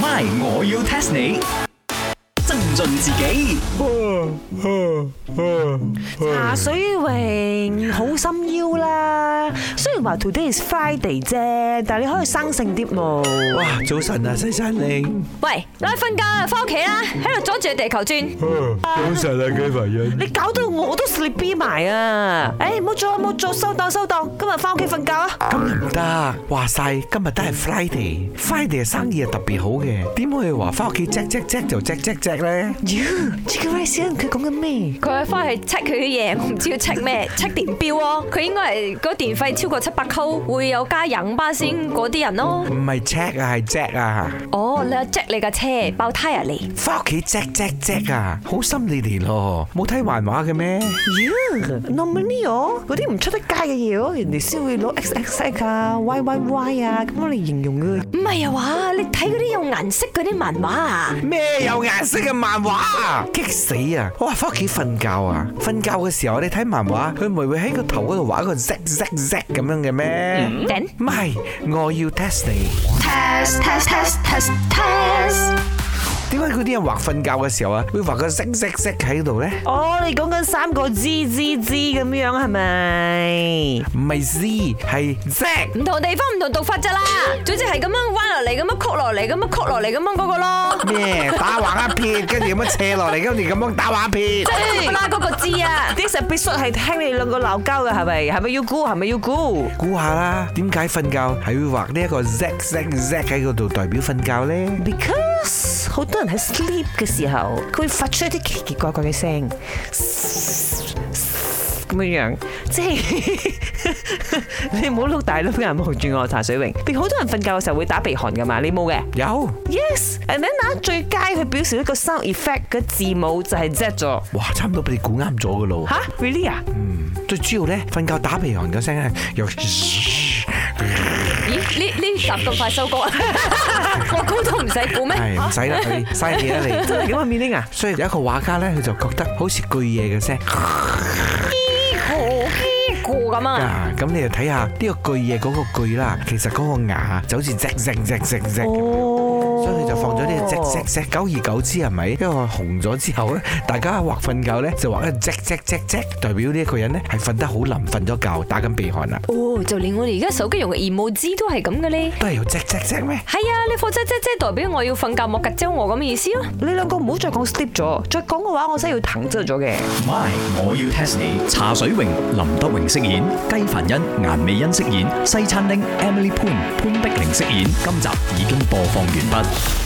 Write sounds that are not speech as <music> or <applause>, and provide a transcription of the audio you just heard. My，我要 test 你。增進自己茶水榮好心腰啦，雖然話 today is Friday 啫，但係你可以生性啲冇。哇！早晨啊，西山你。喂，攞去瞓覺啦，翻屋企啦，喺度阻住地球轉。早晨啊，雞凡人。你搞到我都 sleepy 埋啊！誒，唔好做啊，唔好做，收檔收檔，今日翻屋企瞓覺啊！今日唔得，話晒今日都係 Friday，Friday 生意係特別好嘅，點可以話翻屋企隻隻隻就隻隻隻咧？妖 Chicken Rice 佢講緊咩？佢係翻去 check 佢啲嘢，我唔知要 check 咩，check 電表咯。佢應該係嗰電費超過七百溝，會有加廿巴先嗰啲人咯。唔係 check à? 啊，係 jack 啊，哦，你有 check 你架車爆胎啊你？翻屋企隻隻隻啊，好心你哋咯，冇睇漫畫嘅咩？妖 n o m i n e 嗰啲唔出得街嘅嘢咯，人哋先會攞 X X X 啊、Y Y Y 啊咁嚟形容佢。唔係啊話，你睇嗰啲有顏色嗰啲漫畫啊？咩有顏色嘅漫畫啊？激死啊！哇，翻屋企瞓覺啊，瞓覺嘅時候你睇漫畫，佢咪會喺個頭嗰度畫個 z z z 咁樣嘅咩？頂唔係，我要 test 你。 test test test test test。點解嗰啲人畫瞓覺嘅時候啊，會畫個 z z z 喺度咧？哦，你講緊三個 Z Z Z 咁樣係咪？唔係 Z 係 Z。唔同地方唔同讀法咋啦，總之係咁樣彎落嚟，咁樣曲落嚟，咁樣曲落嚟，咁樣嗰個咯。咩打橫一撇，跟住咁樣斜落嚟，跟住咁樣打橫一撇。即係啦嗰個字啊！啲實必須係聽你兩個鬧交嘅係咪？係咪要估？係咪要估？估下啦，點解瞓覺係會畫呢一個 Z Z Z 喺嗰度代表瞓覺咧？ Because 好多人喺 sleep 嘅時候，佢會發出一啲奇奇怪怪嘅聲，咁樣樣，即係 <laughs> 你唔好碌大碌眼望住我茶水榮。好多人瞓覺嘅時候會打鼻鼾噶嘛，你冇嘅。有， Yes，and then 啊最佳佢表示一個 sound effect 嘅字母就係 Z 咗。哇，差唔多俾你估啱咗噶咯。吓，really 啊？最主要咧，瞓覺打鼻鼾嘅聲咧，又咦？呢呢集咁快 <laughs> 收工啊？我估都唔使估咩？係唔使啦，你嘥氣啦你。真係咁嘅 meaning 啊？所以有一個畫家咧，佢就覺得好似巨嘢嘅聲。呢個咁啊？啊，咁你就睇下呢個巨嘢嗰個巨啦，其實嗰個牙就好似 Z Z Z Z Z 咁樣。哦所以佢就放咗呢個隻隻隻，久而久之係咪？因為紅咗之後咧， <laughs> 大家畫瞓覺咧就畫一隻隻隻隻，代表呢一個人咧係瞓得好冧，瞓咗覺，打緊鼻鼾啦，哦，就連我哋而家手機用嘅 emoji 都係咁嘅咧。都係有隻隻隻咩？係啊，你貨姐姐姐代表我要瞓覺，莫吉焦我咁嘅意思咯。你兩個唔好再講 sleep 咗，再講嘅話我真係要騰真咗嘅。 ，My，我要 test 你。茶水榮、林德榮飾演，雞凡欣、顏美欣飾演，西餐廳 Emily Poon 潘碧玲飾演。今集已經播放完畢。